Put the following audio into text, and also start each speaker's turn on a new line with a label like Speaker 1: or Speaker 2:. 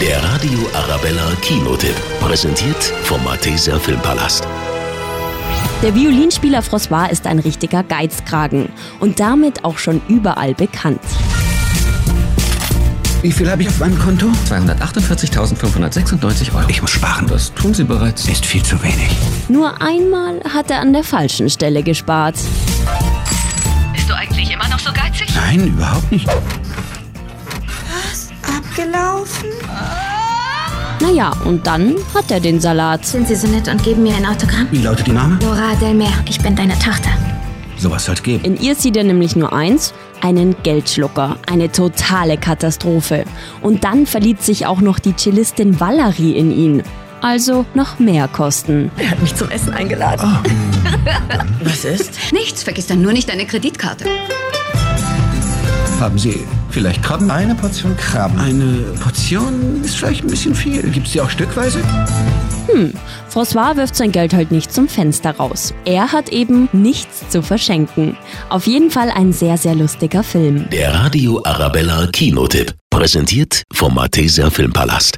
Speaker 1: Der Radio Arabella Kinotipp. Präsentiert vom Malteser Filmpalast.
Speaker 2: Der Violinspieler François ist ein richtiger Geizkragen und damit auch schon überall bekannt.
Speaker 3: Wie viel habe ich auf meinem Konto?
Speaker 4: 248.596 Euro.
Speaker 5: Ich muss sparen.
Speaker 4: Das tun Sie bereits.
Speaker 5: Ist viel zu wenig.
Speaker 2: Nur einmal hat er an der falschen Stelle gespart.
Speaker 6: Bist du eigentlich immer noch so geizig?
Speaker 5: Nein, überhaupt nicht.
Speaker 7: abgelaufen?
Speaker 2: Naja, und dann hat er den Salat.
Speaker 8: Sind Sie so nett und geben mir ein Autogramm?
Speaker 5: Wie lautet die Name?
Speaker 8: Laura Delmer, ich bin deine Tochter.
Speaker 5: Sowas soll's geben.
Speaker 2: In ihr sieht er nämlich nur eins, einen Geldschlucker. Eine totale Katastrophe. Und dann verliebt sich auch noch die Cellistin Valerie in ihn. Also noch mehr Kosten.
Speaker 7: Er hat mich zum Essen eingeladen.
Speaker 3: Was ist?
Speaker 6: Nichts, vergiss dann nur nicht deine Kreditkarte.
Speaker 5: Haben Sie vielleicht Krabben?
Speaker 4: Eine Portion Krabben.
Speaker 5: Eine Portion ist vielleicht ein bisschen viel. Gibt's die auch stückweise?
Speaker 2: François wirft sein Geld halt nicht zum Fenster raus. Er hat eben nichts zu verschenken. Auf jeden Fall ein sehr, sehr lustiger Film.
Speaker 1: Der Radio Arabella Kinotipp. Präsentiert vom Malteser Filmpalast.